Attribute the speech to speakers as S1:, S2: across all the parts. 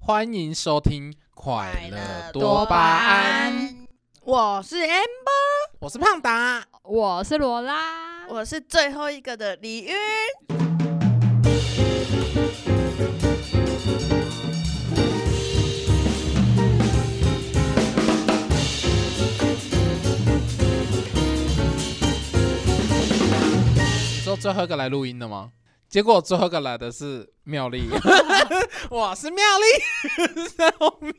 S1: 欢迎收听《快乐
S2: 乐
S1: 多巴胺》，
S2: 我是 Amber，
S1: 我是胖达。
S3: 我是罗拉，
S2: 我是最后一个的李玉。
S1: 你说最后一个来录音的吗？结果最后一个来的是妙 丽，我是妙丽， 在后面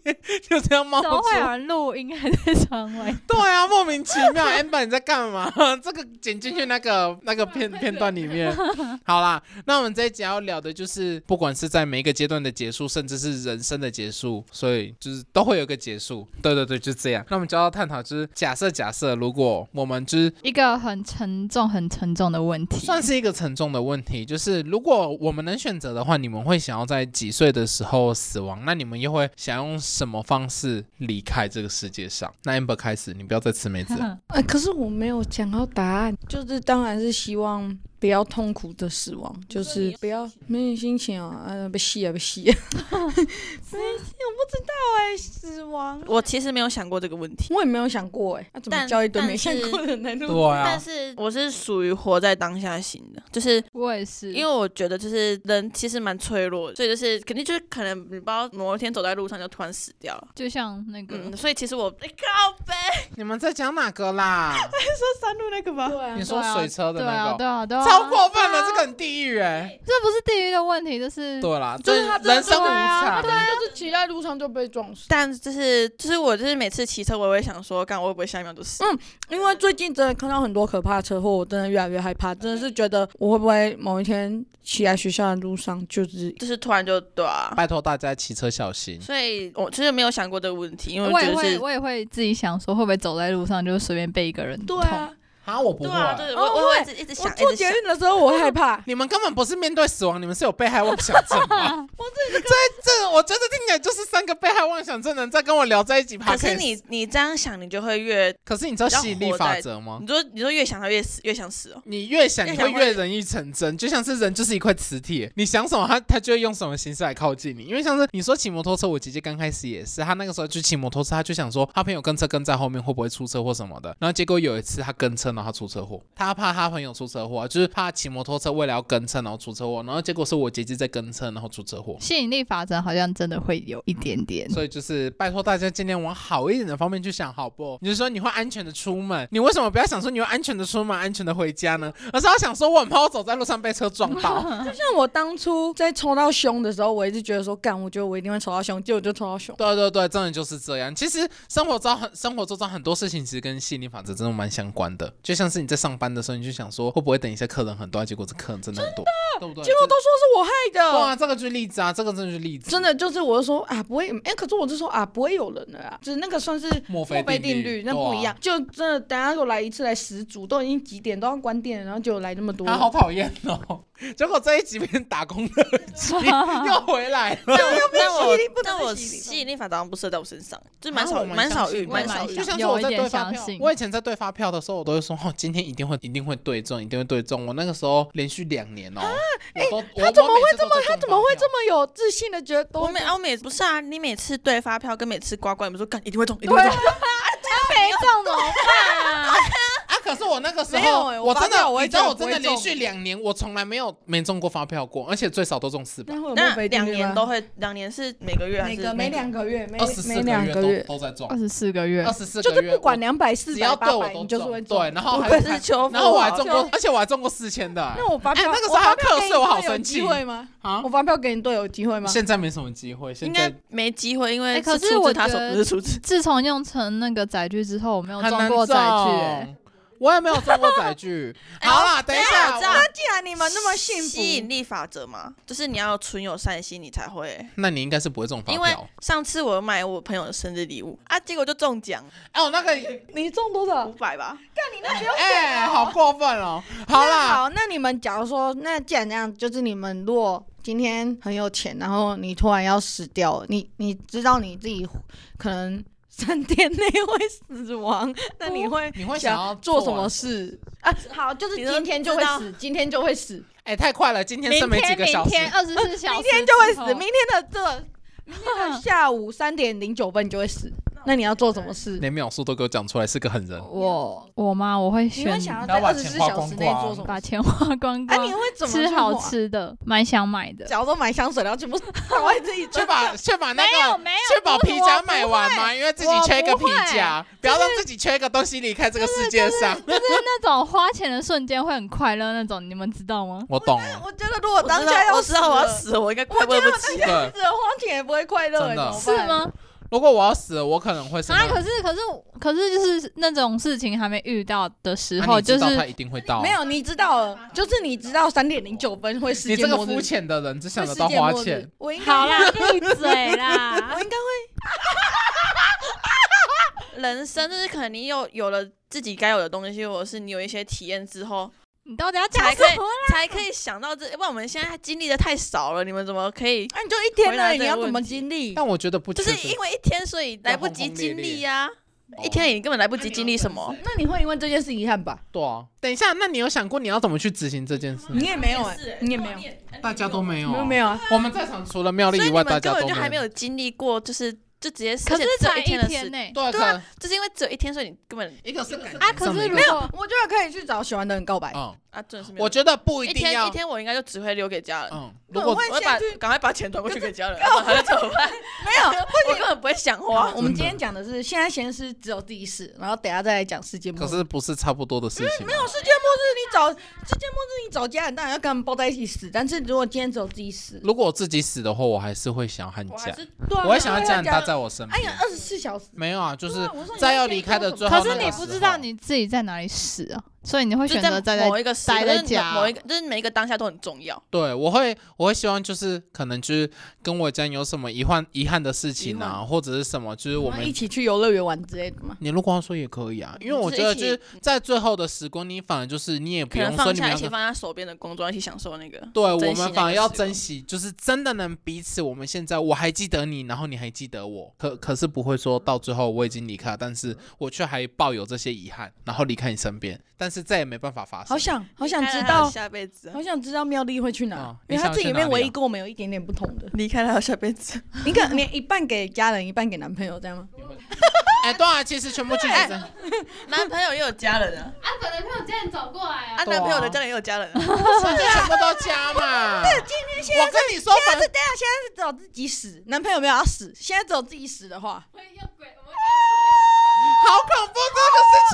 S1: 就这样冒
S3: 怎么
S1: 出
S3: 会。有人录音还在窗外？
S1: 对啊，莫名其妙 ，amber 你在干嘛？ 这个剪进去那个那个片片段里面。 好啦，那我们这一集要聊的就是，不管是在每一个阶段的结束，甚至是人生的结束，所以就是都会有一个结束。对对对，就是这样。那我们就要探讨，就是假设假设，如果我们就是
S3: 一个很沉重、很沉重的问题。
S1: 算是一个沉重的问题，就是如果我们能选择的话，你们会想要在几岁的时候死亡？那你们又会想用什么方式离开这个世界上？那 amber 开始，你不要再吃梅子了。
S4: 哎、可是我没有讲到答案，就是当然是希望不要痛苦的死亡，就是不要没有心情啊，啊被吸啊被 吸啊，没心我不知道哎、死亡
S2: 我其实没有想过这个问题，
S4: 我也没有想过哎、那、怎么
S2: 但
S4: 叫一堆没
S2: 但
S4: 想
S2: 是
S4: 过的难度？
S1: 对啊
S2: 但，是我是属于活在当下型的，就是
S3: 我也是，
S2: 因为我觉得就是人其实蛮脆弱的，所以就是肯定就是可能你不知道某一天走在路上就突然死掉了。
S3: 就像那个，
S2: 嗯，所以其实我、哎靠背，
S1: 你们在讲哪个啦？
S2: 说山路那个吧，
S4: 对 啊
S1: 你，说
S3: 对啊
S1: 水车的
S3: 对
S1: 那
S3: 啊，
S1: 个，
S3: 对啊，对啊，
S1: 超过分了，这个很地狱哎、
S3: 这不是地狱的问题，这是
S1: 对啦，
S4: 就是
S1: 是
S4: 他真的
S1: 人生无
S4: 对啊
S1: 常。
S4: 对啊，就是骑在路上就被撞死。
S2: 但就是就是我就是每次骑车，我也会想说，干我会不会下一秒就死？
S4: 因为最近真的看到很多可怕的车祸，我真的越来越害怕，真的是觉得我会不会某一天骑在学校的路上就是
S2: 就是突然就对啊。
S1: 拜托大家骑车小心。
S2: 所以我就是没有想过这个问题，因为
S3: 我
S2: 觉
S3: 也
S2: 得
S3: 会，
S2: 是
S3: 我也会自己想说，会不会走在路上就随便被一个人
S4: 对
S3: 捅？
S4: 啊，
S1: 啊，我不
S2: 对
S1: 会。
S2: 啊，对，我
S4: 哦
S2: 我会一
S4: 会
S2: 直一直
S4: 我
S2: 想，一
S4: 做
S2: 直
S4: 捷
S2: 想。
S4: 运的时候我会害怕，
S1: 你们根本不是面对死亡，你们是有被害妄想症 吧？我这这，我觉得听起来就是三个被害妄想症的人在跟我聊在一起 p
S2: 可是你你这样想，你就会越，
S1: 可是你知道吸引力法则吗？
S2: 你说你说越想他越死，越想死哦。
S1: 你越想，你会越容易成真，就像是人就是一块磁铁，你想什么，他他就会用什么形式来靠近你。因为像是你说骑摩托车，我姐姐刚开始也是，她那个时候就骑摩托车，她就想说她朋友跟车跟在后面会不会出车祸什么的。然后结果有一次她跟车，然后她出车祸，她怕她朋友出车祸，啊就是怕骑摩托车为了要跟车然后出车祸，然后结果是我姐姐在跟车然后出车祸。
S3: 吸引力法则好像真的会有一点点。
S1: 所以就是拜托大家尽量往好一点的方面去想，好不好？你就说你会安全的出门，你为什么不要想说你会安全的出门、安全的回家呢？而是要想说我很怕我走在路上被车撞 到。
S4: 像我当初在抽到凶的时候，我一直觉得说，干，我觉得我一定会抽到凶，结果就抽到凶。
S1: 对对对，真的就是这样。其实生活中很生活周遭很多事情，其实跟吸引力法则真的蛮相关的。就像是你在上班的时候，你就想说会不会等一下客人很多，结果这客人真的很多，对不对？
S4: 结果都说是我害
S1: 对
S4: 的，
S1: 啊，这个就是例子啊，这个真的就是例子，
S4: 真的就是我就说啊，不会，哎、可是我就说啊，不会有人了啊，就是那个算是
S1: 墨菲
S4: 墨菲
S1: 定
S4: 定
S1: 律啊
S4: 律，那不一样。就真的，等下给我来一次，来十组，都已经几点都要关店了，然后就来那么多。
S1: 啊他好讨厌哦。结果这一集变打工的集 又回来了。
S2: 但我但我
S4: 吸引力不能
S2: 但
S4: 被
S2: 我
S4: 吸引力法则
S2: 吸引力法则好像不适合在我身上，就
S1: 蛮
S2: 蛮少蛮少遇
S3: 我也
S2: 蛮少遇
S1: 就
S3: 相。信
S1: 像是我
S3: 有
S1: 在
S3: 一点
S1: 对发票
S3: 相，信
S1: 我以前在对发票的时候，我都会说哦，今天一定会一定会对中，一定会对中。我那个时候连续两年哦，我都我
S4: 啊他怎么
S1: 我每
S4: 会
S1: 次都
S4: 这
S1: 在
S4: 么
S1: 中
S4: 他怎么会
S1: 发票
S4: 这么有自信的觉得都
S2: 我
S4: 会
S2: 每我每不是啊，你每次对发票跟每次刮刮，你们说干一定会中，一定
S4: 对
S2: 会
S4: 啊
S2: 中。
S3: 没中怎么
S4: 哦
S3: 办？
S1: 啊？可是我那个时
S4: 没有
S1: 候，
S4: 欸我
S1: 我
S4: 发
S1: 真的
S4: 票，我也
S1: 你知道，
S4: 觉得
S1: 我真
S4: 不
S1: 的
S4: 会
S1: 连
S4: 中
S1: 续两年，我从来没有没中过发票过，而且最少都中四百
S4: 那，会有墨
S2: 那
S4: 菲定
S2: 两
S4: 律
S2: 年
S4: 吗？
S2: 都会，两年是每个月还
S4: 每
S2: 是
S4: 个每两个月，每
S1: 二十四
S4: 每两
S1: 月
S4: 个月，
S1: 都都在中
S3: 二，十四个月
S1: 二，十四
S4: 就
S1: 个
S4: 是
S1: 月
S4: 不管
S1: 我
S4: 两百四
S1: 只
S4: 百
S1: 要对
S4: 八
S1: 我
S4: 百，
S1: 都
S4: 你就是会中
S1: 对，然后
S2: 不
S1: 还
S2: 愧是秋
S1: 然后我还
S2: 风
S1: 中过，而且我还中过四千的欸
S4: 那我发票、
S1: 哎那个时候
S4: 我发
S1: 还要
S4: 票
S1: 课
S4: 给
S1: 税
S4: 你
S1: 我好
S4: 有
S1: 生
S4: 机
S1: 气
S4: 会吗？
S1: 啊
S4: 我。发票给你队有机会吗？
S1: 现在没什么机会，现
S2: 应
S1: 在
S2: 该没机会，因为
S3: 哎可是
S2: 出自
S3: 我
S2: 他手
S3: 觉得
S2: 不是出资。
S3: 自从用成那个载具之后，我没有
S1: 很
S3: 中
S1: 难哦
S3: 过载具、
S1: 中
S3: 欸。哎
S1: 我也没有中过载 具。好啦，等一下，
S2: 我
S1: 我
S2: 知道
S4: 既然你们那么幸
S2: 吸引
S4: 福，
S2: 力法则嘛，就是你要存有善心，你才会。
S1: 那你应该是不会中发
S2: 因为
S1: 票。
S2: 上次我买我朋友的生日礼物啊，结果就中奖
S1: 哎，我那个，哎、
S4: 你中多少
S2: 五？百吧。
S1: 好过分哦！好
S4: 那
S1: 啦，
S4: 好，那你们假如说，那既然那样，就是你们如果今天很有钱，然后你突然要死掉了，你你知道你自己可能三天内会死亡， 那你会
S1: 你会想
S4: 想
S1: 要
S4: 做
S1: 做
S4: 什
S1: 完
S4: 么事啊？好，就是
S2: 你都
S4: 今天就会
S2: 知道
S4: 死，今天就会死，
S1: 哎、太快了，今天
S3: 明
S1: 剩没几
S3: 天
S1: 个
S3: 明
S1: 小时。
S3: 天二十四小时，
S4: 明天就会死，明天的这下午三点零九分就会死，那你要做什么事？
S1: 连秒数都给我讲出来，是个狠人。
S3: 哦我我吗？我会
S4: 你会
S3: 选
S4: 想要在二十四小时内做什么
S3: 把
S4: 事？
S3: 钱花光
S4: 哎、
S3: 光，
S4: 你会怎么啊
S3: 吃
S4: 去
S3: 好
S4: 花？
S3: 吃的，买想买的。
S4: 假如说买香水，然后全部放在自己
S1: 去
S4: 嘴巴。
S1: 把去把那
S3: 没有
S1: 个
S3: 没有，
S1: 去把
S3: 不是
S1: 皮
S3: 我
S1: 夹
S3: 不
S1: 买完嘛，因为自己缺一个皮夹，不要让自己缺一个东西离开这个世界上。
S3: 就是那种花钱的瞬间会很快乐那种，你们知道吗？
S1: 我懂，
S4: 我觉得如果
S2: 我
S4: 当
S2: 知道
S4: 下，要
S2: 我
S4: 死
S2: 知道我要
S4: 了，
S2: 死了，我应该快乐不起来。
S1: 对。
S4: 死了花钱也不会快乐、
S1: 真的
S4: 哎
S3: 是？吗？
S1: 如果我要死了，我可能会是
S3: 啊，
S1: 那
S3: 可
S1: 种
S3: 是可是可是就是那种事情还没遇到的时
S1: 啊
S3: 候，
S1: 你
S3: 就
S1: 知道他
S3: 是
S1: 一定会到。啊
S4: 没，有，你知道了，就是你知道三点零九分会世
S1: 你
S4: 界
S1: 这个
S4: 末日，
S1: 肤浅的人只想
S4: 会
S1: 得
S4: 世
S1: 到
S4: 界
S1: 花
S4: 末
S1: 钱
S4: 日。。我应该
S3: 好啦，闭嘴啦
S4: 我！应该
S2: 人生就是可能你有有了自己该有的东西，或者是你有一些体验之后，
S3: 你到底要讲
S2: 才
S3: 什
S2: 可以
S3: 么？
S2: 才可以想到这。要不然我们现在经历的太少了，你们怎么可以？
S4: 那、你就一天
S2: 回
S4: 了，
S2: 答
S4: 你
S2: 这个
S4: 要怎么
S2: 问题
S4: 经历？
S1: 但我觉得不
S2: 就
S1: 缺
S2: 是
S1: 德，
S2: 因为一天，所以来不及经历呀、
S1: 哦
S2: 一天你根本来不及经历什么。
S4: 那你会因为这件事遗憾吧？
S1: 对啊。等一下，那你有想过你要怎么去执行这件事？
S4: 你也没有
S2: 啊
S4: 哎、你也没有，
S1: 大家都没有
S4: 没有
S1: 啊
S4: 没有啊？
S1: 我们在场除了妙丽
S2: 所以
S1: 以
S2: 你
S1: 外，
S2: 们
S1: 大
S2: 根
S1: 家
S2: 本
S1: 都
S2: 就还没
S1: 没有。
S2: 有经历过，就是就直接，
S3: 可是
S2: 而且只有
S3: 才一
S2: 天的事
S3: 天，呢、
S1: 对啊，
S2: 对
S1: 可
S2: 啊就是因为只有一天，所以你根本
S1: 一个是感情
S3: 啊，可
S1: 上的
S3: 是
S1: 一
S3: 如
S1: 个
S3: 果
S4: 我觉得可以去找喜欢的人告白。
S1: 嗯，
S2: 啊，真的是没有。
S1: 我觉得不
S2: 一
S1: 一定
S2: 天一
S1: 要
S2: 天，我应该就只会留给家人。
S1: 嗯，如
S4: 对
S1: 果
S4: 我会
S2: 我会
S4: 先
S2: 把
S4: 去，
S2: 赶快把钱转过去给家人，要不然他怎 么办？
S4: 没有。
S2: 我根本不会想
S4: 好
S2: 花。
S4: 我们今天讲的是现在先是只有第一世，然后等一下再来讲世界末
S1: 可
S4: 日。
S1: 是不是差不多的事情吗。没有
S4: 世界末日你找世界末日你找家人，当然要跟他们抱在一起死。但是如果今天只有第一世，
S1: 如果我自己死的话，我还是会想要和你讲，
S4: 对啊
S1: 我会想要
S4: 对
S1: 家
S4: 啊
S1: 人搭在我身
S4: 哎呀
S1: 边，。
S4: 二十四小时，
S1: 没有啊，就是
S4: 我说你
S1: 在
S4: 要
S1: 要
S4: 先
S1: 离
S4: 给
S1: 开
S4: 我
S1: 的
S4: 什
S1: 最
S4: 么
S1: 后
S3: 可
S1: 那
S3: 是
S1: 个
S3: 你
S1: 时
S3: 不知
S1: 候
S3: 道你自己在哪里死啊，所以你会
S2: 就
S3: 选
S2: 在
S3: 择在在
S2: 某一个时
S3: 待在
S2: 就是
S3: 家
S2: 某一个就是每一个当下都很重要。
S1: 对，我会我会希望就是可能就是跟我家人有什么遗憾遗憾的事情
S4: 遗
S1: 啊，或者是什么，就是我
S4: 我们一
S1: 们。
S4: 起去游乐园玩之类的嘛。
S1: 你如果要说也可以啊，因为
S2: 嗯
S1: 我觉
S2: 就是
S1: 得
S2: 一
S1: 就
S2: 起
S1: 是在最后的时光，你反而就是你也不
S2: 可
S1: 用
S2: 能
S1: 说
S2: 放
S1: 你们
S2: 下，
S1: 要
S2: 一起
S1: 跟
S2: 放下手边的工作，一起享受那个。
S1: 对，
S2: 珍
S1: 我
S2: 惜
S1: 们
S2: 那
S1: 反
S2: 个
S1: 而要
S2: 时
S1: 珍
S2: 光
S1: 惜，就是真的能彼此。我们现在我还记得你，然后你还记得我，可可是不会说到最后我已经离开了，但是我却还抱有这些遗憾，然后离开你身边，但是再也没办法发生。
S4: 好想好想
S2: 离开
S4: 知
S2: 了
S4: 道，
S2: 下辈子啊
S4: 好，想知道妙丽会去哪
S1: 哦，
S4: 因为
S1: 你想
S4: 她
S1: 要
S4: 这里
S1: 去哪
S4: 面
S1: 里啊
S4: 唯一跟我们有一点点不同的。
S2: 离开了下辈子。
S4: 你可能一半给家人，一半给男朋友，这样吗？
S1: 哎、对啊，其实全部拒
S2: 哎
S1: 绝真，
S2: 男朋友也有家人啊，
S5: 啊，可能朋友家人走过
S3: 哦
S5: 来
S2: 啊，
S5: 啊，
S1: 对啊
S2: 男朋友的家人也有家人啊。
S1: 所以就全部都加嘛。我跟你说，
S4: 但
S1: 反
S4: 是等一下，现在是只有自己死，男朋友没有要死，现在只有自己死的话，
S5: 会有鬼，我们
S1: 好恐怖，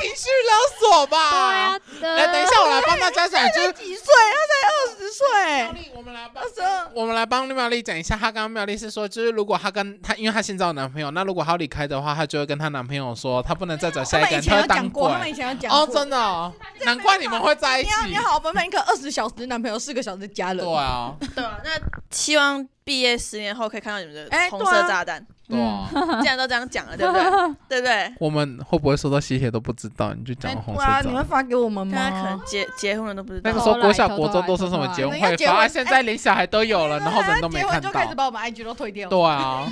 S1: 这个是情绪勒索吧？
S3: 对啊，
S4: 呃
S1: 哎、等一下，我来帮大家讲，就是
S4: 几岁？他才二十
S1: 妙
S4: 岁，
S1: 丽，我们来帮
S4: 二十二。
S1: 我们来帮妙丽讲一下，她刚刚妙丽是说，就是如果她跟她，因为她现在有男朋友，那如果她要离开的话，她就会跟她男朋友说，她不能再找
S4: 他
S1: 下一
S4: 们
S1: 个
S4: 以
S1: 人，
S4: 前
S1: 她
S4: 有
S1: 会
S4: 讲
S1: 当
S4: 过，他们以
S1: 鬼。
S4: 前有讲过。
S1: 哦，真的哦，难怪你们会在一
S4: 你
S1: 起
S4: 好，。你好，本本一个二十小时男朋友，四个小时家人。
S1: 对啊，
S2: 对啊，那希望毕业十年后可以看到你们
S4: 哎
S2: 的红
S4: 对啊
S2: 色炸弹。
S1: 对啊，
S2: 既然都这样讲了，对不对？对不对？
S1: 我们会不会收到喜帖都不知道？你就讲红色
S4: 哇，
S1: 照
S4: 啊哎你会发给我们
S2: 大家可
S4: 吗
S2: 能？结结婚了都不知道
S1: 那个时候国小、国中都是什么结婚会发，
S4: 哎
S1: 现在连小孩都有了，然后人都没看
S4: 啊结婚就开始
S1: 到。
S4: 把我们 IG 都退 掉。
S1: 对啊，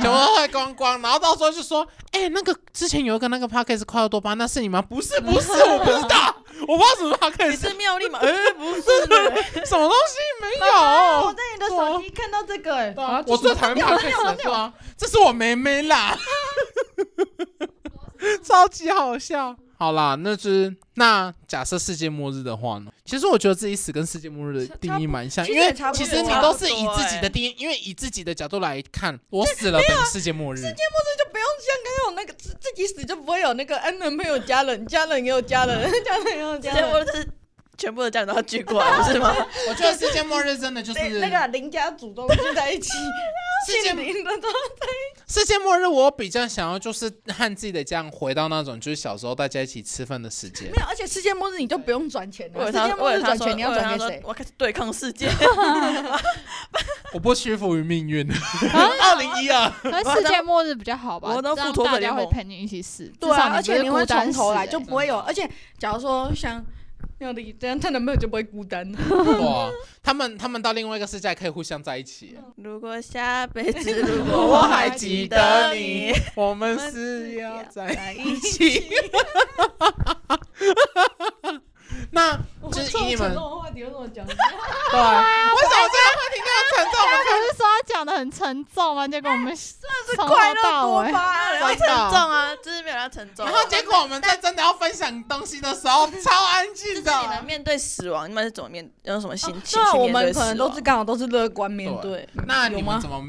S1: 全部都会光光，然后到时候就说， 哎、那个之前有一个那个 podcast 快乐多巴，那是你吗？不是，不是，我不知道， 我不知道什么 podcast
S2: 你是妙丽 吗？呃，不是，
S1: 什么东西没
S4: 啊我
S1: 有
S4: 在你的手机看到这个，哎
S1: 哦对啊？我最讨厌 podcast 是吧？这是我妹妹啦，超级好笑。好啦，那只那假设世界末日的话呢？其实我觉得自己死跟世界末日的定义蛮像，
S4: 其
S1: 因
S4: 实也
S1: 为
S4: 差不多
S1: 其实你都是以自己的定义，因为以自己的角度来看，我死了等于世界末日。
S4: 就不用像刚刚有那个自自己死就不会有那个，哎，男朋友家人，家人也有家人， 家人也有
S2: 结
S4: 家人。
S2: 婚是全部的家人都要聚过来，不 是吗？
S1: 我觉得世界末日真的就是
S4: 那那个邻家祖宗聚在 一起，
S1: 世界
S4: 姓林的都
S1: 世界末日，我比较想要就是和自己的家人回到那种就是小时候大家一起吃饭的时间
S4: 没。有，而且世界末日你就不用转钱
S2: 我
S4: 了，
S2: 有
S4: 世
S2: 他
S4: 界，末
S2: 我
S4: 日
S2: 有他
S4: 转
S2: 说，
S4: 钱你要
S2: 我有他
S4: 转给
S2: 说
S4: 谁，？
S2: 我开始对抗世 界。
S1: 我不屈服于命运。
S3: 啊
S1: 二零一 二，
S3: 可是世界末日比较好吧？
S2: 我当
S3: 这样
S2: 复仇者
S3: 大
S2: 联
S3: 家
S2: 盟
S3: 会陪你一起死，
S4: 对
S3: 至少你
S4: 啊，而
S3: 不
S4: 且
S3: 是
S4: 你
S3: 孤
S4: 会
S3: 单
S4: 从头
S3: 死
S4: 来，
S3: 欸
S4: 就不会有。而且假如说像妙丽这样，她男朋友就不会孤单了。
S1: 哇！他们他们到另外一个世界可以互相在一起。
S2: 如果下辈子，如果我还记得 你，，
S1: 我们是要在
S4: 在一
S1: 一起。那就是以你们
S4: 种话题为什么讲？
S1: 对啊，为什么这个话题那么沉重？啊我
S3: 他
S1: 们
S3: 不是说他讲的很沉重吗？结果我们真
S4: 是 快乐多
S3: 哎，
S4: 巴 胺。
S2: 要沉重啊，就是没有要沉重。
S1: 然后结果我们在真的要分享东西的时候，超安
S2: 就是
S1: 静
S2: 你们
S1: 的。
S2: 面对死亡，你们是怎么面，用什么心情？
S4: 那
S2: 去
S4: 我
S2: 面
S4: 们
S2: 对死
S4: 可能
S2: 亡？
S4: 都是刚好都是乐观面对，
S1: 那
S4: 有
S1: 你
S4: 吗
S1: 们？怎么？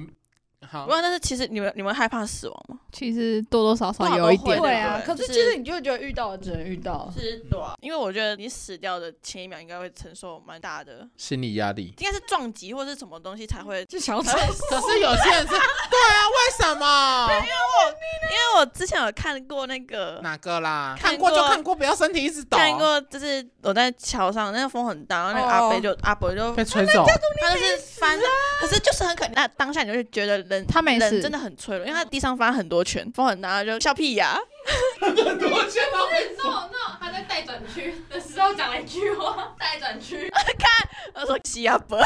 S1: 好
S2: 不，过，但是其实你们你们害怕死亡吗？
S3: 其实多多少少
S2: 哇
S3: 有一
S2: 都会
S3: 点
S2: 的。
S4: 对啊，
S2: 对
S4: 可是
S2: 就
S4: 其
S2: 是
S4: 实你就会觉得遇到了只能遇到，
S2: 是对啊，因为我觉得你死掉的前一秒应该会承受蛮大的，
S1: 心理压力。
S2: 应该是撞击或是什么东西才会。
S4: 就想
S2: 才
S4: 说
S2: 会
S1: 可是有些人是，对啊，为什 么？
S2: 因为我之前有看过那个，
S1: 哪个啦？
S2: 看
S1: 看
S2: 过
S1: 过就看过，不要身体一直抖。
S2: 看过就是我在桥上，那个风很大，然后那个阿伯就、阿伯就
S1: 被吹走，
S2: 他就是翻，可是就是很可怜。那当下你就会觉得人
S3: 他没事
S2: 人真的很脆弱，因为他地上翻很多圈，风很大，他就笑屁呀、
S1: 我觉得
S5: 是 no no，他在待转区的时候讲了一句话，待转区。
S3: 哎
S2: 他说啊西阿伯，
S3: 怎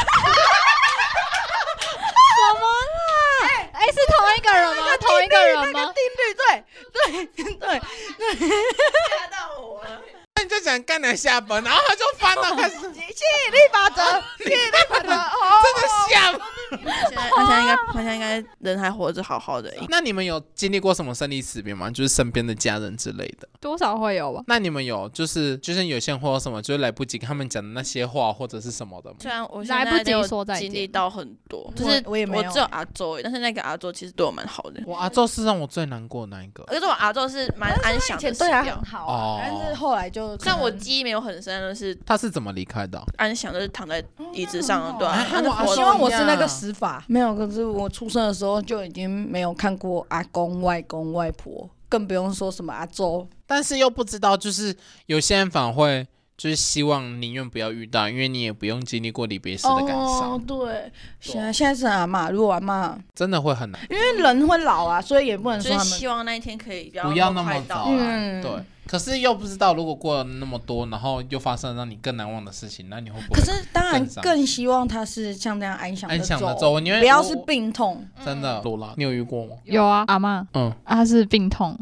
S3: 么了？哎、是同一个人吗？ 同一个人
S4: 那
S3: 吗
S4: 个？定律，对对 对，
S2: 吓到我了。
S1: 那你就想干点下本，然后他就翻了， 开始哦真
S4: 吸引力法则，吸引力法则，哦，
S1: 的下。
S2: 现在他现在应该他现在应该人还活着好好的，
S1: 那你们有经历过什么生离死别吗？就是身边的家人之类的。
S3: 多少会有吧。啊
S1: 那你们有就是就是有些人会有什么，就是来不及跟他们讲的那些话或者是什么的吗？
S2: 虽然我
S3: 来不及说再
S2: 经
S3: 见
S2: 历到很多，就
S4: 我
S2: 是
S4: 我也没有
S2: 只有阿周而已，但是那个阿周其实对我蛮好的，
S1: 我阿宙啊是让我最难过的那一个。
S2: 而且我阿周是蛮安
S4: 以
S2: 详的
S4: 前
S2: 死
S4: 对他
S2: 掉
S4: 很。好啊，
S1: 哦
S4: 但是后来就可能
S2: 虽然我记忆没有很深，但是
S1: 他是怎么离开的啊、
S2: 安详就是躺在椅子上了，对
S1: 啊
S2: 啊，他
S1: 我阿周
S2: 活
S4: 希
S2: 着
S4: 哎望我是那个死法，没有。可是我出生的时候就已经没有看过阿公、外公、外婆，更不用说什么阿周。
S1: 但是又不知道，就是有些人反而会就是希望宁愿不要遇到，因为你也不用经历过离别时的感伤，
S4: 哦，对，现在现在是阿嬷，如果阿嬷，
S1: 真的会很难，
S4: 因为人会老啊，所以也不能
S2: 就
S4: 说
S2: 是
S4: 他们
S2: 希望那一天可以不
S1: 不
S2: 要
S1: 要那
S2: 快
S1: 么
S2: 到
S1: 早
S2: 啊。
S1: 来。
S4: 嗯
S1: 对，可是又不知道，如果过了那么多，然后又发生了让你更难忘的事情，那你会不
S4: 可
S1: 会？
S4: 是当然
S1: 更伤
S4: 更希望他是像这样安详
S1: 安详
S4: 地
S1: 的
S4: 走
S1: 走，，我宁愿
S4: 不要是
S1: 我
S4: 病痛。
S1: 真的罗拉，你有遇过吗？
S3: 有啊，阿妈，
S1: 嗯，
S3: 她是病痛，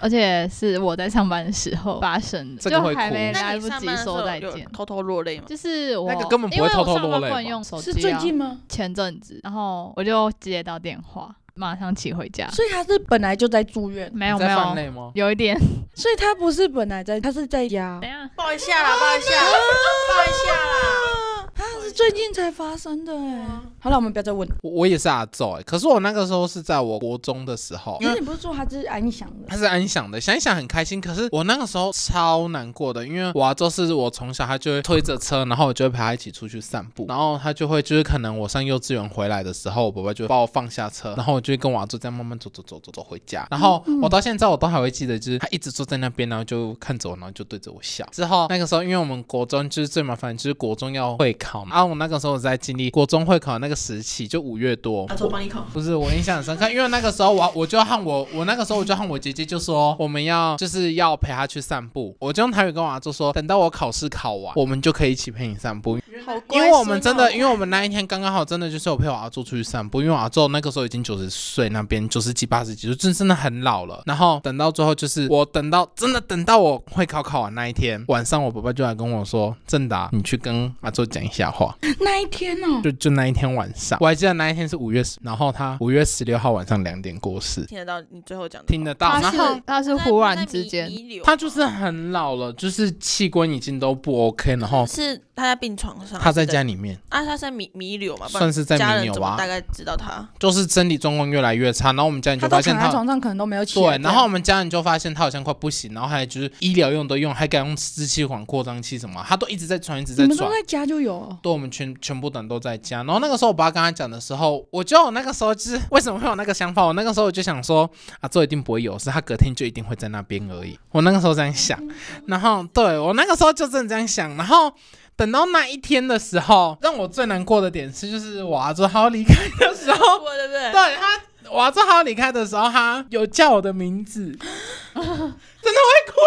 S3: 而且是我在上班的时候发生的，
S1: 这个会
S3: 就还
S1: 哭
S3: 没
S2: 那
S3: 来
S2: 你
S3: 不
S2: 上
S3: 及
S2: 班的时候
S3: 说再
S2: 有
S3: 见。
S2: 偷偷落泪吗？
S3: 就是我
S1: 那个根本不会偷偷落泪吧
S3: 因为我上班不能用手机、
S4: 是
S3: 啊，
S4: 最近吗？
S3: 前阵子，然后我就接到电话，马上骑回家。
S4: 所以他是本来就在住院，
S1: 嗯
S3: 没
S1: 你
S3: 有没
S1: 在犯
S3: 有，
S1: 累吗？
S3: 有一 点。
S4: 所以他不是本来在，他是在家
S3: 等。一下，
S2: 抱一下啦，抱一下，抱一下啦。
S4: 他啊是最近才发生的哎。好了，我们不要再问。
S1: 我我也是阿宙哎、可是我那个时候是在我国中的时候，因
S4: 可
S1: 为
S4: 是你不是说他是安详的？
S1: 他是安详的，想一想很开心。可是我那个时候超难过的，因为我阿周是我从小他就会推着车，然后我就会陪他一起出去散步，然后他就会就是可能我上幼稚园回来的时候，我爸爸就会把我放下车，然后我就会跟我阿周这样慢慢走走走走走回家。然后我到现在我都还会记得，就是他一直坐在那边，然后就看着我，然后就对着我笑。之后那个时候，因为我们国中就是最麻烦，就是国中要会考嘛，啊，我那个时候我在经历国中会考那个时期，就五月多，
S2: 阿周帮你考，
S1: 不是，我印象很深刻，因为那个时候我我就和我我那个时候我就和我姐姐就说我们要就是要陪她去散步，我就用台语跟我阿就说，等到我考试考完，我们就可以一起陪你散步，
S2: 好
S1: 因为我们真的，因为我们那一天刚刚好真的就是有陪我阿周出去散步，因为我阿周那个时候已经九十岁那边九十几八十几，就真真的很老了。然后等到最后就是我等到真的等到我会考考完那一天晚上，我爸爸就来跟我说，正达你去跟阿周讲一下话。
S4: 那一天哦，
S1: 就就那一天晚上，我还记得那一天是五月十，然后他五月十六号晚上两点过世，
S2: 听得到你最后讲的话，
S1: 听得到。
S3: 她
S1: 然后
S3: 是她是忽然之间，
S1: 他就是很老了，就是器官已经都不 OK，然后
S2: 是他在病床上，
S1: 他在家里面
S2: 啊，他在弥弥留嘛，不然
S1: 算是在啊
S2: 家
S1: 弥
S2: 人
S1: 留
S2: 怎么
S1: 吧
S2: 大，概知道他？
S1: 就是身体状况越来越差。然后我们家人
S4: 他
S1: 就
S4: 都
S1: 发现
S4: 躺在
S1: 他。
S4: 床上，可能都没有起来。
S1: 对，然后我们家人就发现他好像快不行，然后还就是医疗用都用，还敢用支气管扩张器什么，他都一直在传，一直
S4: 你
S1: 在
S4: 们
S1: 传
S4: 都。在家就有哦，
S1: 对，我们全全部的人都在家。然后那个时候我爸跟他讲的时候，我觉得我那个时候就是为什么会有那个想法，我那个时候我就想说啊，这一定不会有事，他隔天就一定会在那边而已。我那个时候这样想，然后对我那个时候就真的这样想，然后。等到那一天的时候，让我最难过的点是，就是我阿周他要离开的时 候，
S2: 过对不对？
S1: 对他， 我要正好离开的时候，他有叫我的名字，真的会哭。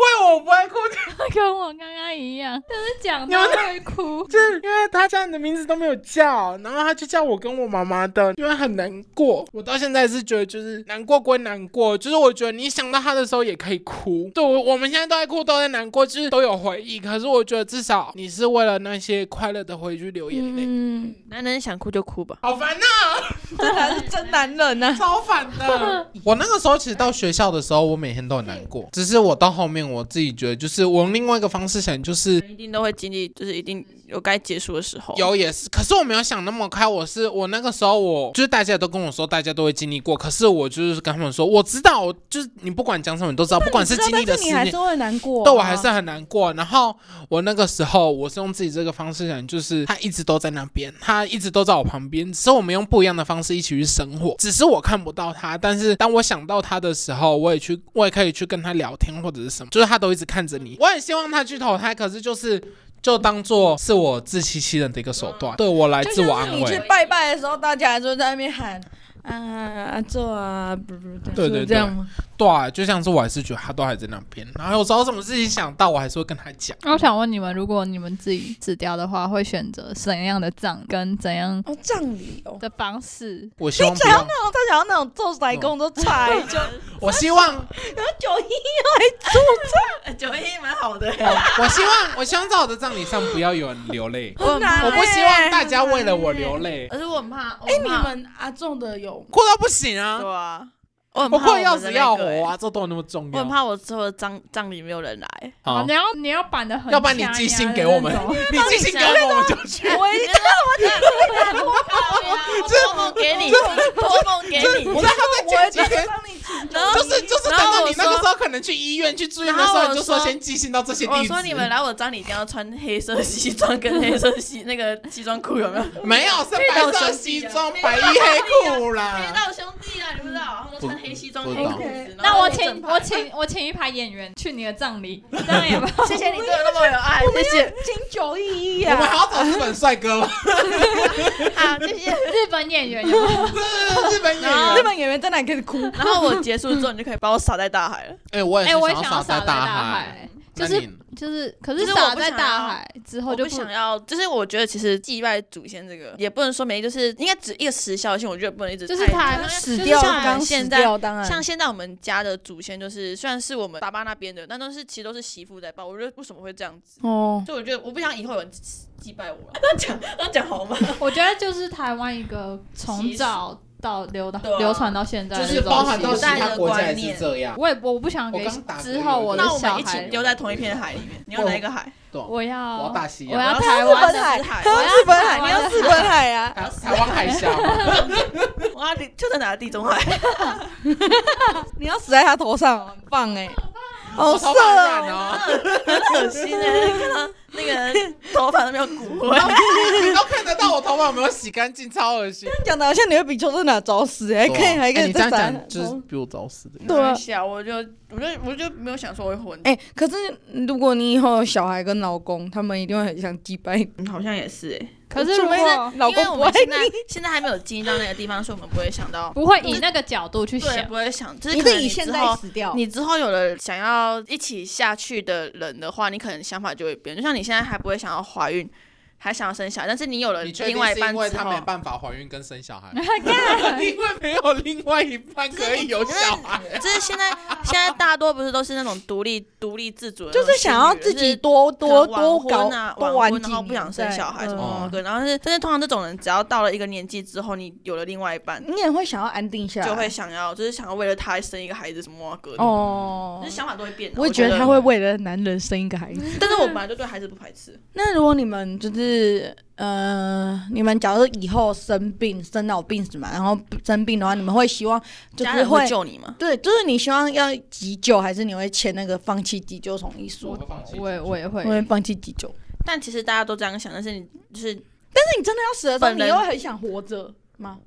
S1: 为我不会哭，
S3: 跟我刚刚一样，就是讲到会哭。
S1: 就是因为他家人的名字都没有叫，然后他就叫我跟我妈妈的，因为很难过。我到现在是觉得，就是难过归难过，就是我觉得你想到他的时候也可以哭。对，我我们现在都在哭，都在难过，就是都有回忆。可是我觉得至少你是为了那些快乐的回忆去流眼泪，
S2: 嗯，男人想哭就哭吧，
S1: 好烦呐、
S2: 这才是真男人
S4: 啊
S2: 呐、
S1: 超烦的。 我那个时候其实到学校的时候，我每天都很难过，只是我到后面我自己觉得，就是我用另外一个方式想，就是
S2: 一定都会经历，就是一定有该结束的时候。
S1: 有也是，可是我没有想那么开。我是我那个时候我，就是大家都跟我说，大家都会经历过。可是我就是跟他们说，我知道，我就是你不管讲什么，你都知道，不管是经历的事
S4: 你还
S1: 情
S4: 啊是，会难过、啊
S1: 对我还是很难过。然后我那个时候，我是用自己这个方式想，就是他一直都在那边，他一直都在我旁边，只是我们用不一样的方式一起去生活。只是我看不到他，但是当我想到他的时候，我也去，我也可以去跟他聊天或者是什么，就是他都一直看着你。我很希望他去投胎，可是就是。就当做是我自欺欺人的一个手段，对我来自我安
S4: 嗯你去
S1: 慰。
S4: 拜拜的时候，大家就在那边喊啊做啊，不不
S1: 对对
S4: 是
S1: 对
S4: 这样吗？
S1: 对、啊，就像是我还是觉得他都还在那边，然后有时候什么事情想到，我还是会跟他讲。
S3: 那我想问你们，如果你们自己死掉的话，会选择怎样的葬跟怎样
S4: 哦，葬礼哦，
S3: 的方式？
S1: 我希望不要，
S4: 那我哦在想要那种做白工都踹就，
S1: 我希望
S4: 然后九一
S2: 九一蛮好的，
S1: 哦我希望，我希望在我的葬礼上不要有人流泪，
S2: 我 很欸怕
S1: 我不希望大家为了我流泪，
S2: 而是我很怕，
S4: 哎
S2: 哎，
S4: 你们阿仲的有
S1: 哭到不行啊！
S2: 对啊，我很
S1: 我
S2: 怕
S1: 哭得
S2: 们
S1: 要
S2: 的
S1: 死
S2: 那
S1: 要
S2: 个
S1: 活
S2: 欸，
S1: 啊，这都那么重
S2: 我很
S1: 要。
S2: 怕我之后的葬葬礼没有人来。
S1: 好
S3: 啊你，要你要板的很，
S1: 要不然你寄信给我 们， 你寄信给我们，我 们就去。
S2: 哎
S4: 我一
S2: 托梦给你，托梦给
S1: 就是我
S2: 你。
S1: 知道他在前几天，
S4: 帮你请
S2: 然后
S1: 就是就是等
S2: 然后
S1: 到
S2: 我
S1: 你那个
S2: 说
S1: 时候可能去医院去住院的
S2: 然
S1: 时
S2: 后
S1: 候，
S2: 我
S1: 你就说
S2: 说
S1: 先寄信到这些地址。
S2: 我说你们来我葬礼一定要穿黑色西装跟黑色西那个西装裤，有没有？
S1: 没有是白色西装、白衣黑裤啦。
S5: 到兄弟啊，你不知道，他们都穿黑西装
S1: 不
S5: 黑
S1: 不懂
S5: 裤子。
S3: 那我请
S5: 然后
S3: 我请我请一排演员去你的葬礼， 这样也不好。
S2: 谢谢你对我那么有爱，谢谢。
S4: 请九一一
S1: 我们
S4: 啊，
S1: 还要找日本帅哥吗？
S2: 好，谢谢。
S3: 日本演员有没有
S1: 日本演
S2: 然后
S1: 员
S4: 日。本演员在哪里开始哭？
S2: 然后我结束之后，你就可以把我撒在大海了。
S1: 哎，我也
S3: 哎，
S1: 是
S3: 我也
S1: 要
S3: 想
S1: 撒
S3: 撒
S1: 在
S3: 在
S1: 大
S3: 海，就
S1: 那
S3: 是
S1: 你
S3: 就是，可
S2: 可
S3: 是
S2: 是我
S3: 撒
S2: 不
S3: 在
S2: 想
S3: 大
S2: 要
S3: 海之后
S2: 我
S3: 就
S2: 不想要，就是我觉得其实祭拜祖先这个也不能说没，就是应该只一个时效性，我觉得不能一直
S3: 就是
S2: 太
S3: 他
S2: 因为
S3: 死
S2: 就是
S4: 掉
S2: 像
S4: 刚死
S2: 现在
S4: 掉，当
S3: 嗯
S4: 然
S2: 像现在我们家的祖先，就是虽然是我们爸爸那边的，但都是其实都是媳妇在抱。我觉得为什么会这样子？
S4: 哦，
S2: 所以我觉得我不想以后有人祭拜我了。 这样讲，这样讲好吗？
S3: 我觉得就是台湾一个从
S2: 习俗
S3: 早到流到
S2: 对啊
S3: 流传到现在的
S1: 就是
S3: 东西，
S1: 包含到其
S2: 时代
S1: 他
S2: 的
S1: 国家也
S2: 观
S1: 是
S2: 念
S1: 这样。
S3: 我也我不想给
S1: 我刚打嗝
S3: 之后我的
S2: 那我
S3: 小
S2: 们一起
S3: 孩，
S2: 丢在同一片海里面。你要哪一个海？
S1: 对，
S3: 我
S1: 我要
S3: 要
S1: 大西洋
S3: 我要
S2: 我要
S3: 台
S4: 日
S3: 湾
S4: 本
S3: 的
S4: 海，
S2: 海
S4: 他
S3: 我
S4: 要
S3: 要
S4: 日本
S3: 台
S4: 海，
S3: 湾
S4: 你要
S3: 的
S4: 日本海啊！
S1: 台台湾海峡嘛，
S2: 我要就在哪个地中 海？
S4: 你要死在他头上，很棒哎、好
S1: 我
S4: 色
S1: 头发很
S4: 哦！
S1: 染哦，
S2: 很恶心哎，看到那个头发都没有骨 灰。
S1: 你都看得到我头发有没有洗干净，超恶心。
S4: 讲的好像你会比邱正哪找死
S1: 啊
S4: 哎、欸，可以还可以再哦打
S1: 比我早死的。
S4: 对啊
S2: 小我就我就我就没有想说会混。
S4: 哎、可是如果你以后有小孩跟老公，他们一定会很想击败你。
S2: 嗯好像也是哎，
S3: 可是如
S4: 除非是
S3: 果
S4: 老
S2: 因为
S4: 公
S2: 我
S4: 不爱
S2: 们现在
S4: 你，
S2: 现在还没有经历到那个地方，所以我们不会想到，
S3: 不会以那个角度去
S2: 对，
S3: 想
S2: 不，会想，就是
S4: 你
S2: 可能
S4: 是以
S2: 之
S4: 现在
S2: 后
S4: 死掉，
S2: 你之后有了想要一起下去的人的话，你可能想法就会变。就像你现在还不会想要怀孕，还想要生小孩，但是你有了
S1: 你确
S2: 另
S1: 定
S2: 外
S1: 是
S2: 一半
S1: 因为
S2: 之
S1: 他
S2: 后
S1: 没，办法怀孕跟生小 孩， 因为没有另外一半可以有小孩？
S2: 就是现 在现在大多不是都是那种独立独立自主的那
S4: 就
S2: 种
S4: 是
S2: 性
S4: 想
S2: 女
S4: 要
S2: 人，
S4: 自己多
S2: 可能
S4: 多多
S2: 晚
S4: 搞
S2: 婚啊，
S4: 多
S2: 晚
S4: 玩
S2: 婚
S4: 几
S2: 然后
S4: 年，
S2: 不想生小孩什么
S1: 嗯
S2: 的，对，然后是但是通常这种人只要到了一个年纪之后，你有了另外一半，
S4: 你也会想要安定下来，
S2: 就会想要就是想要为了他生一个孩子什么哇哥的，
S4: 啊哦
S2: 就。是想法都会变的。
S4: 我也
S2: 觉
S4: 觉得他会为了男人生一个孩子。
S2: 但是我本来就对孩子不排 斥，
S4: 那如果你们就是呃，你们假如以后生病、生老病死嘛，然后生病的话，你们会希望就
S2: 家
S4: 是
S2: 人会
S4: 会
S2: 救你吗？
S4: 对，就是你希望要急救，还是你会签那个放弃急救同意书？
S3: 我也我也会
S4: 我。会放弃急救。
S2: 但其实大家都这样想，但是你就是
S4: 但你真的要死的时候，
S2: 本
S4: 你
S2: 人
S4: 又会很想活着吗？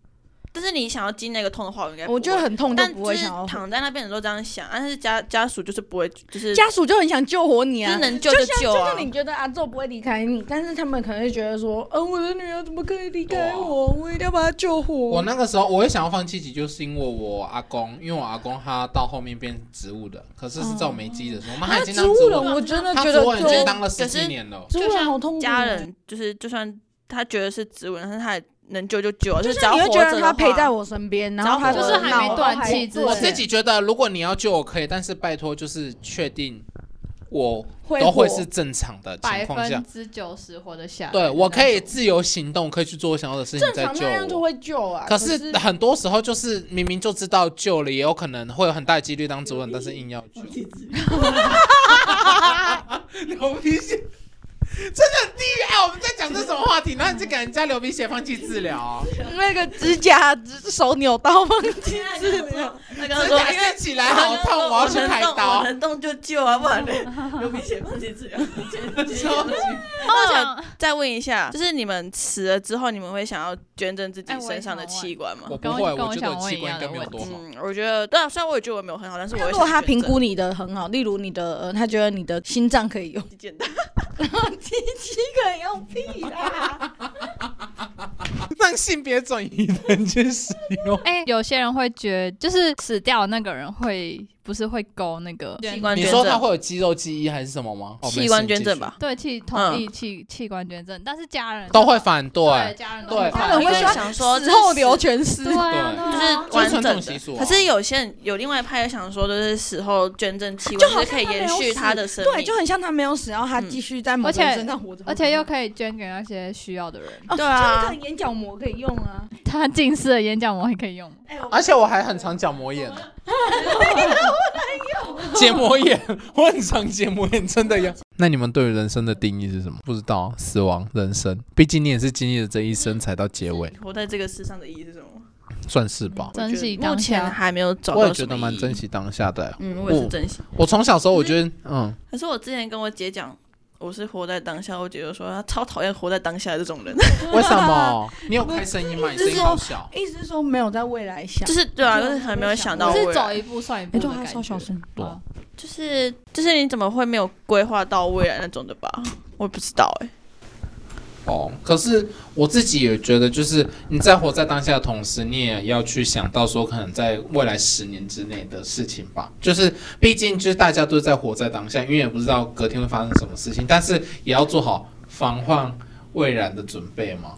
S2: 但是你想要经那个痛的话，我应该不
S4: 我觉得
S2: 会
S4: 很痛，就
S2: 但
S4: 不
S2: 就
S4: 会
S2: 是
S4: 想要
S2: 躺在那边的时候这样想，但是家家属就是不会，就是
S4: 家属就很想救活你
S2: 就是
S4: 啊。
S2: 能救就救啊
S4: 像。你觉得阿宙不会离开你，但是他们可能会觉得说，嗯、我的女儿怎么可以离开我？我一定要把她救活。
S1: 我那个时候我会想要放弃急救，是因为我阿公，因为我阿公他到后面变植物的，可是是在我没记忆的时候，我妈
S4: 啊
S1: 他已经
S4: 植
S1: 当
S4: 物
S1: 了，
S4: 人，我真的
S1: 他
S4: 觉
S1: 植
S4: 得
S1: 物人已经
S4: 就
S1: 当了十
S2: 可是
S1: 几年了。
S4: 植
S2: 就
S4: 物人好
S2: 像
S4: 痛苦。
S2: 家，人，就是就算他觉得是植物人，但是他也能救就救啊，
S4: 就
S2: 就是只要
S4: 你会
S2: 活
S4: 觉
S2: 着
S4: 得
S2: 的
S4: 他陪
S2: 话
S4: 在我身边，然后他啊
S2: 只
S4: 的
S2: 要活着就是还没
S4: 脑
S3: 断
S4: 还
S3: 气之
S4: 对
S1: 我自己觉得，如果你要救我可以，但是拜托就是确定我
S4: 会
S1: 都会
S4: 活
S1: 是正常的情
S3: 百
S1: 况下
S3: 分，之九十活得下来的那
S1: 对
S3: 种。
S1: 我可以自由行动，可以去做我想要的事情
S4: 正
S1: 再
S4: 常
S1: 救
S4: 那样就
S1: 我。
S4: 会救啊。
S1: 可
S4: 是
S1: 是很多时候就是明明就知道救了，也有可能会有很大的几率当主人，但是硬要救。 流鼻血，真的很地狱！哎，我们在讲这什么话题？然后你就给人家流鼻血放弃治疗，
S4: 那个指甲手扭到放弃治疗，
S2: 他刚刚
S1: 指
S2: 说
S1: 甲
S2: 因为
S1: 掀起来好痛，我要去开刀。
S2: 能动就救啊，不 然呢流鼻血放弃治疗。
S3: 那我想
S2: 再问一下，就是你们死了之后，你们会想要捐赠自
S4: 哎
S2: 己身上的器官吗？
S1: 我不
S3: 跟
S1: 会，
S3: 我跟
S1: 我
S3: 我
S1: 觉得
S3: 想
S1: 我
S3: 问
S1: 器
S3: 一
S1: 官
S3: 样
S1: 应该
S3: 的
S1: 没有
S3: 问
S1: 多
S3: 题
S1: 好。
S2: 嗯，我觉得，对啊，虽然我也觉得我没有很好，但是我会
S4: 如果
S2: 想
S4: 他
S2: 捐
S4: 评
S2: 赠
S4: 估你的很好，例如你的呃他觉得你的心脏可以用，
S2: 肌腱带
S4: 鸡鸡可以用屁啦，
S1: 让性别转移的人去 使用。
S3: 哎、有些人会觉就是死掉那个人会不是会勾那个
S2: 器官
S1: 你
S2: 捐
S1: 说他
S2: 赠，
S1: 会有肌肉记忆还是什么吗？哦
S2: 器官捐赠吧。。
S3: 对器同意器器官捐赠，但是家人
S1: 没事你继续都会欸反
S3: 对
S1: 对，
S3: 家人都
S1: 对
S3: 会
S4: 他
S1: 家
S4: 们
S1: 人
S4: 会
S2: 因为
S4: 说
S2: 想说
S4: 死
S2: 这
S4: 后
S2: 是
S4: 流全尸
S3: 对。啊，对啊
S2: 就是
S1: 这
S2: 完
S1: 是传
S2: 整
S1: 统习
S2: 的
S1: 俗啊，
S2: 可是有些人有另外一派又想说，就是死后捐赠器
S4: 就
S2: 官，
S4: 好
S2: 就是
S4: 像
S2: 可以
S4: 他没
S2: 延
S4: 有
S2: 续
S4: 死
S2: 他的生命，
S4: 对，就很像他没有死，然后他继续在某
S3: 而
S4: 个人
S3: 且
S4: 身上活着，
S3: 而且又可以捐给那些需要的人。
S4: 哦
S2: 对啊
S4: 就是可能眼角膜可以用啊。
S3: 他近视的眼角膜还可以用吗？
S1: 而且我还很常角膜 炎。结膜炎，我很常结膜炎，真的呀。那你们对于人生的定义是什么？不知道啊，死亡、人生，毕竟你也是经历了这一生才到结尾，
S2: 活在这个世上的意义是什么？
S1: 算是吧。
S2: 我觉得
S3: 珍惜
S2: 目
S3: 当
S2: 前
S3: 下。
S2: 还没有找
S1: 我
S2: 到
S1: 也
S2: 什
S1: 觉得
S2: 么意义
S1: 蛮珍惜当下的欸。
S2: 嗯，我也是
S1: 我
S2: 珍惜。
S1: 我从小时候我觉得，嗯，
S2: 可是我之前跟我姐讲，我是活在当下，我姐就说她超讨厌活在当下的这种人，
S1: 为什么？你有开声音吗？你声音好小。
S4: 意思是说没有在未来想，
S2: 就是对啊，就是还没有想到
S3: 我
S2: 未
S3: 是走
S2: 来，
S3: 一步算一步
S4: 哎，
S3: 的
S4: 对，
S3: 感
S4: 他
S3: 觉啊
S4: 超。小声。
S1: 对
S3: 好
S2: 就是就是你怎么会没有规划到未来那种的吧？我也不知道哎、
S1: 哦，可是我自己也觉得，就是你在活在当下的同时，你也要去想到说，可能在未来十年之内的事情吧。就是毕竟就是大家都在活在当下，因为也不知道隔天会发生什么事情，但是也要做好防患未然的准备嘛，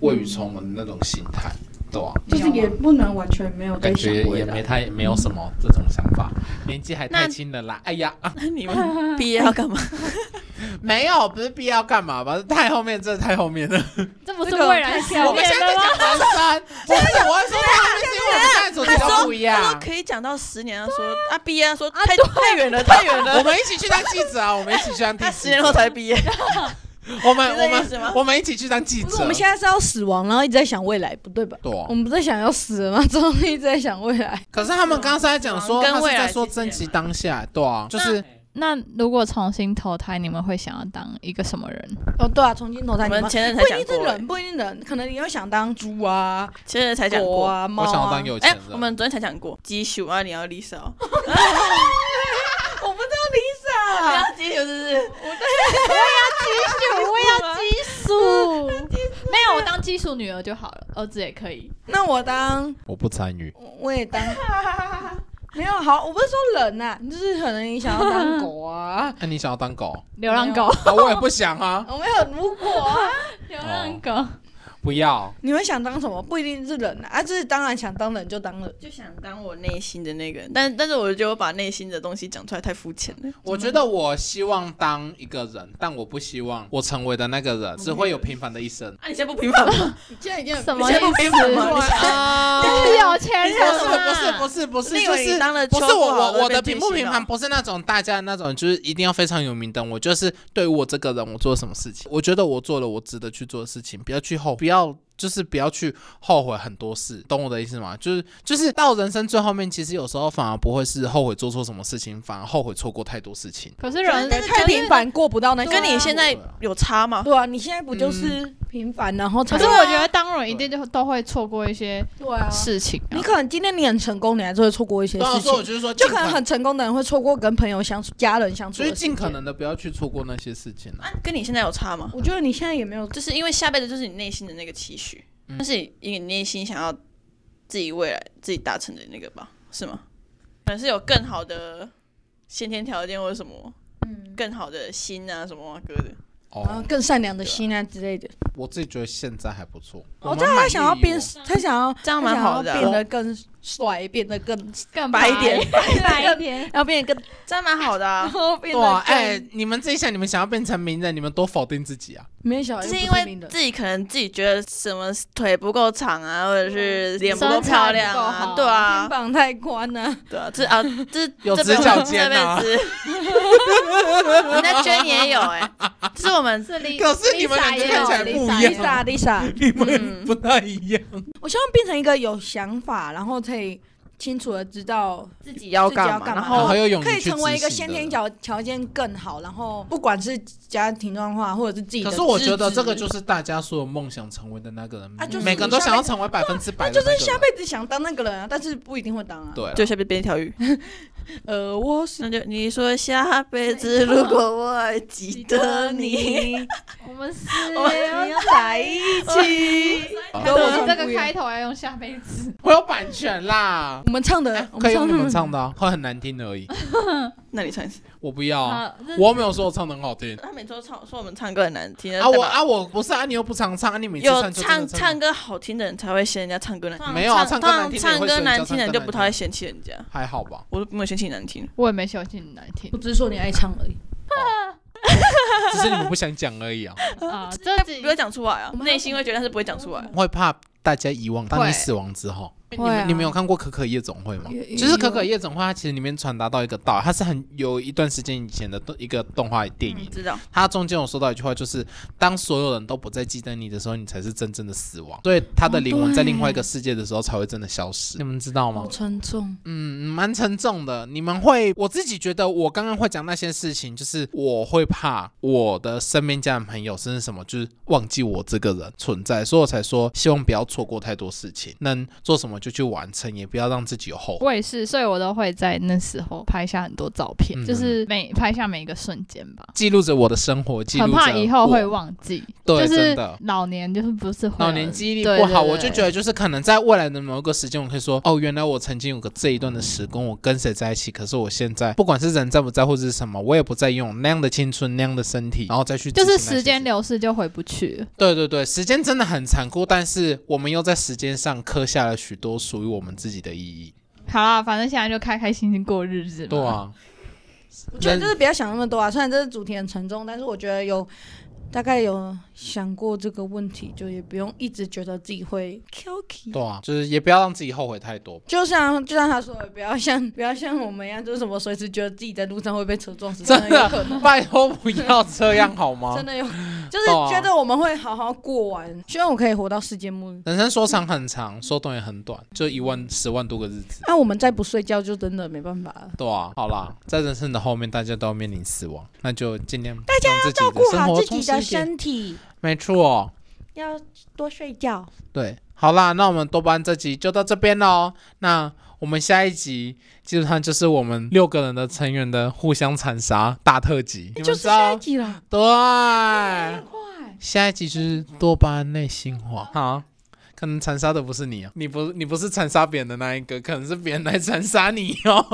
S1: 未雨绸缪的那种心态，对吧、
S4: 就是也不能完全没有在
S1: 感
S4: 想
S1: 觉
S4: 未
S1: 也没
S4: 来。啊
S1: 太没有什么这种想法，年纪还太
S2: 那
S1: 轻了啦。哎呀，啊
S2: 那 你们毕业要干嘛？
S1: 没有，不是必要干嘛吧？太后面，真的太后面了。
S3: 这不是
S4: 这个
S3: 未来
S4: 太
S3: 想
S1: 哎我们
S3: 面
S1: 现在在
S3: 的吗？
S1: 讲人生，不是我会说他们是因为我们现在主题都不一
S2: 他
S1: 样
S2: 说。可以讲到十年，他说啊毕业，他说太太远了，太远
S1: 我
S2: 了。
S1: 们一起去当记者啊！我们一起去当记
S2: 他
S1: 者。
S2: 十年后才毕业，
S1: 我们
S2: 是
S1: 我
S2: 这意思吗
S1: 们我们一起去当记
S4: 不
S1: 者。
S4: 是，我们现在是要死亡，然后一直在想未来，不对吧？
S1: 对啊
S4: 我们不在想要死了吗？ 之后一直在想未来。
S1: 可是他们刚才讲说，
S2: 跟
S1: 他是
S2: 未来
S1: 在说
S2: 之间
S1: 珍惜
S2: 嘛
S1: 当下，对啊，就是
S3: 那如果重新投胎，你们会想要当一个什么人？
S4: 哦，对啊，重新投胎。
S2: 我
S4: 你
S2: 们
S4: 们
S2: 前任
S4: 不
S2: 才
S4: 一
S2: 讲
S4: 定是
S2: 过欸，
S4: 人，不一定人，可能你会想当猪啊、
S2: 前任才讲
S4: 狗
S2: 过。
S4: 啊、猫
S1: 我
S4: 啊。
S1: 想要当有钱
S2: 哎
S1: 人，。
S2: 我们昨天才讲过，鸡熊啊，你要离手，
S4: 我不知 道 Lisa，
S2: 要鸡熊是不是？
S4: 我要鸡鼠。
S3: 啊没有，我当技术女儿就好了，儿子也可以。
S4: 那我当，
S1: 我不参与。
S4: 我我也 当。没有好，我不是说人呐、就是可能你想要当狗啊，
S1: 那你想要当狗？
S3: 流浪狗，
S1: 啊我也不想啊，
S4: 我没有如果啊，
S3: 流浪狗，
S1: 不要。
S4: 你们想当什么？不一定是人啊，啊，就是当然想当人就当人。
S2: 就想当我内心的那个人，但但是我觉得我把内心的东西讲出来太肤浅了。
S1: 我觉得我希望当一个人，但我不希望我成为的那个人只会有平凡的一生。
S2: 啊，你现在不平凡吗？
S4: 你现在已经很
S3: 什么
S2: 你
S3: 意
S2: 现在不平凡吗？
S3: 思？
S2: 你现在
S1: 啊
S3: 是有钱
S1: 不
S3: 人啊
S1: 是
S3: 吗？
S1: 不是不是不是，
S2: 你以
S1: 就
S2: 为你
S1: 是
S2: 当了
S1: 不
S2: 秋
S1: 是我
S2: 裤好
S1: 我
S2: 了
S1: 我的
S2: 变
S1: 平
S2: 巨
S1: 不
S2: 星
S1: 平
S2: 了
S1: 凡不是那种大家那种，就是一定要非常有名的。我就是对于我这个人，我做了什么事情，我觉得我做了我值得去做的事情，不要去后，不要就是不要去后悔很多事，懂我的意思吗？就是就是到人生最后面，其实有时候反而不会是后悔做错什么事情，反而后悔错过太多事情。
S3: 可是
S4: 人
S3: 人
S4: 太平，凡过不到那
S3: 对啊
S2: 跟你现在有差吗？
S4: 对啊，你现在不就是
S1: 嗯
S4: 平凡，然后才
S3: 可是我觉得当然一定就都会错过一些
S4: 对啊
S3: 事情啊、
S4: 你可能今天你很成功，你还是会错过一些
S1: 对啊，
S4: 事
S1: 所以我
S4: 情，
S1: 就是说，
S4: 就
S1: 尽
S4: 可能很成功的人会错过跟朋友相处、家人相处
S1: 所
S4: 的
S1: 以
S4: 时间，
S1: 尽可能的不要去错过那些事情啊。
S2: 啊，跟你现在有差吗？
S4: 我觉得你现在也没有，
S2: 就是因为下辈子就是你内心的那个期许，
S1: 嗯
S2: 那、是你内心想要自己未来自己达成的那个吧？是吗？可能是有更好的先天条件或者什么，
S1: 嗯
S2: 更好的心啊什么啊哥的。
S4: 然后
S1: 哦，
S4: 呃更善良的心啊之类的。
S1: 我自己觉得现在还不错。
S4: 哦，
S1: 蛮
S4: 这样他想要
S1: 满意
S4: 变
S1: 我，
S4: 他想要
S2: 这样蛮好的啊
S4: 他想要变得更帅，变得更，
S3: 更
S2: 白一点，
S3: 白一 点，
S4: 然后变得更，
S2: 这样蛮好的啊
S4: 然。后变
S1: 对
S4: 得
S1: 啊，
S4: 更
S1: 哎、，你们自己想，你们想要变成名人，你们多否定自己啊！
S4: 没有小孩
S2: 就
S4: 又不
S2: 是
S4: 是
S2: 因
S4: 名
S2: 为
S4: 人
S2: 自己可能自己觉得什么腿不够长啊，或者是脸不够
S3: 身材
S2: 漂亮
S3: 不够好
S2: 啊，对啊
S4: 肩，膀太宽了，
S2: 对啊，这啊这
S1: 有
S2: 这
S1: 直
S2: 辈
S1: 角
S2: 子
S1: 肩啊
S2: 这辈子人家娟也有哎，就是我们
S3: 是
S1: 可是你们两个看起来不一样
S4: Lisa Lisa，
S1: 你们
S2: 嗯
S1: 不太一样。
S4: 我希望变成一个有想法，然后可以清楚的知道
S2: 自己要干
S4: 自
S2: 嘛，
S4: 己要干嘛
S2: 然
S1: 然后
S2: 后
S1: 又勇于
S4: 可以
S1: 去
S4: 成为一个
S1: 执行
S4: 先
S1: 的
S4: 天
S1: 人
S4: 条条件更好，然后不管是家庭状况或者是自己
S1: 可
S4: 的资质，
S1: 是我觉得这个就是大家所有梦想成为的那个人，
S4: 啊就是
S1: 每个人都想要成为百分之百的
S4: 就
S1: 那个人，
S4: 是下辈子想当那个人啊，但是不一定会当啊。
S1: 对啊，
S2: 就下边编一条鱼。
S4: 呃，我是
S2: 那就你说下辈子如果我还记得你，，
S3: 我们是
S4: 我们要在一起。跟我
S3: 这
S4: 唱不
S3: 个
S4: 一样
S3: 开头要用下辈子，
S1: 会有版权啦，
S4: 我们唱的，哎我
S1: 可以
S4: 们
S1: 用
S4: 唱
S1: 你
S4: 的
S1: 们唱的啊，会很难听而已。
S2: 那你唱一次。
S1: 我不要啊，
S3: 好这
S1: 我又没有说我唱的很好听
S2: 他每周唱说我们唱歌很难听
S1: 啊，我啊我不是啊，你又不常唱，啊你每次
S2: 嗯有
S1: 就
S2: 唱
S1: 唱
S2: 唱歌好听的人才会嫌人家唱歌难听，
S1: 没有啊
S2: 唱
S1: 唱歌难听的
S2: 通常
S1: 人
S2: 唱
S1: 会说
S2: 歌
S1: 人家
S2: 难听的
S1: 唱
S2: 人
S1: 歌
S2: 就不太会嫌弃人家，
S1: 还好吧？
S2: 我都没有嫌弃你难听。
S3: 我也没嫌弃你难听
S4: 我只是说你爱唱而已。
S1: 只是你们不想讲而已 啊，
S3: 啊。这几
S2: 不会讲出来啊
S4: 我，们还有
S2: 内心会觉得，但是不会讲出来。
S1: 会怕大家遗忘。当你
S3: 会
S1: 死亡之后，你
S4: 会啊
S1: 们你们有看过可可夜总会吗？
S4: 也
S1: 就是可可夜总会，它其实里面传达到一个道理，它是很有一段时间以前的动一个动画电影
S2: 嗯，知道，
S1: 他中间有说到一句话，就是当所有人都不再记得你的时候，你才是真正的死亡。所以他
S4: 哦
S1: 的灵魂在另外一个世界的时候才会真的消失。你们知道吗
S4: 好？沉重，
S1: 嗯，蛮沉重的。你们会，我自己觉得，我刚刚会讲那些事情，就是我会怕我的身边家人朋友，甚至什么，就是忘记我这个人存在，所以我才说希望不要错过太多事情，能做什么就去完成，也不要让自己有后悔。
S3: 我也是，所以我都会在那时候拍下很多照片，
S1: 嗯
S3: 就是每拍下每一个瞬间吧。
S1: 记录着我的生活，记录
S3: 很
S1: 着
S3: 怕以后
S1: 我
S3: 会忘记，
S1: 对
S3: 就
S1: 真
S3: 是
S1: 的
S3: 老年就是不是会有
S1: 老年记忆力
S3: 对
S1: 不好，
S3: 对对
S1: 我就觉得就是可能在未来的某一个时间，我可以说哦，原来我曾经有个这一段的时光，我跟谁在一起，可是我现在不管是人在不在或者是什么，我也不再拥有那样的青春那样的身体，然后再去
S3: 就
S1: 执
S3: 是
S1: 行那
S3: 时
S1: 些
S3: 间
S1: 事。
S3: 流逝就回不去了。
S1: 对对对，时间真的很残酷，但是我们又在时间上刻下了许多属于我们自己的意义。
S3: 好啦，反正现在就开开心心过日子嘛。
S1: 对，啊，
S4: 我觉得
S1: 人
S4: 就是不要想那么多啊。虽然这是主题很沉重，但是我觉得有大概有想过这个问题，就也不用一直觉得自己会 c u k
S1: 对啊，就是也不要让自己后悔太多吧。
S4: 就像就像他说的，不要像 不要像我们一样，就是什么随时觉得自己在路上会被车撞死，
S1: 真
S4: 真的有可
S1: 的，哦
S4: 能，
S1: 拜托不要这样好吗？
S4: 真 的有，就是
S1: 对啊
S4: 觉得我们会好好过完，希望我可以活到世界末日。
S1: 人生说长很长，说短也很短，就一万十万多个日子。
S4: 那、我们再不睡觉就真的没办法了。
S1: 对啊，好啦，在人生的后面，大家都要面临死亡，那就尽量大家要照
S4: 顾好自己的身体，
S1: 没错，
S4: 要多睡觉。
S1: 对，好啦，那我们多班这集就到这边喽。那我们下一集基本上就是我们六个人的成员的互相残杀大特辑，你
S4: 就
S1: 们
S4: 是
S1: 知
S4: 下一
S1: 道？
S4: 集了，
S1: 对，下一集就是多巴胺内心
S4: 嗯
S1: 话。好，可能残杀的不是你啊，你不你不是残杀别人的那一个，可能是别人来残杀你哦。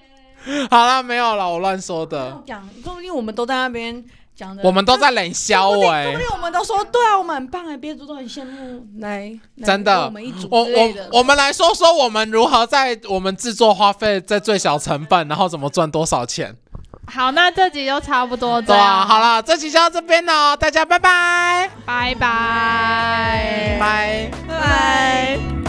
S1: 好啦，没有啦，我乱说的。
S4: 讲，说不定我们都在那边讲的，
S1: 我们都在冷笑哎、
S4: 说不定我们都说对啊，我们很棒哎，别组都很羡慕，来，来
S1: 真的
S4: 跟我们一组
S1: 我
S4: 之类的。
S1: 我我们来说说我们如何在我们制作花费在最小成本，然后怎么赚多少钱，
S3: 好，那这集就差不多这
S1: 对啊，
S3: 样。
S1: 好，了，这期就到这边了，大家拜拜，
S3: 拜拜。
S1: 拜。
S4: 拜。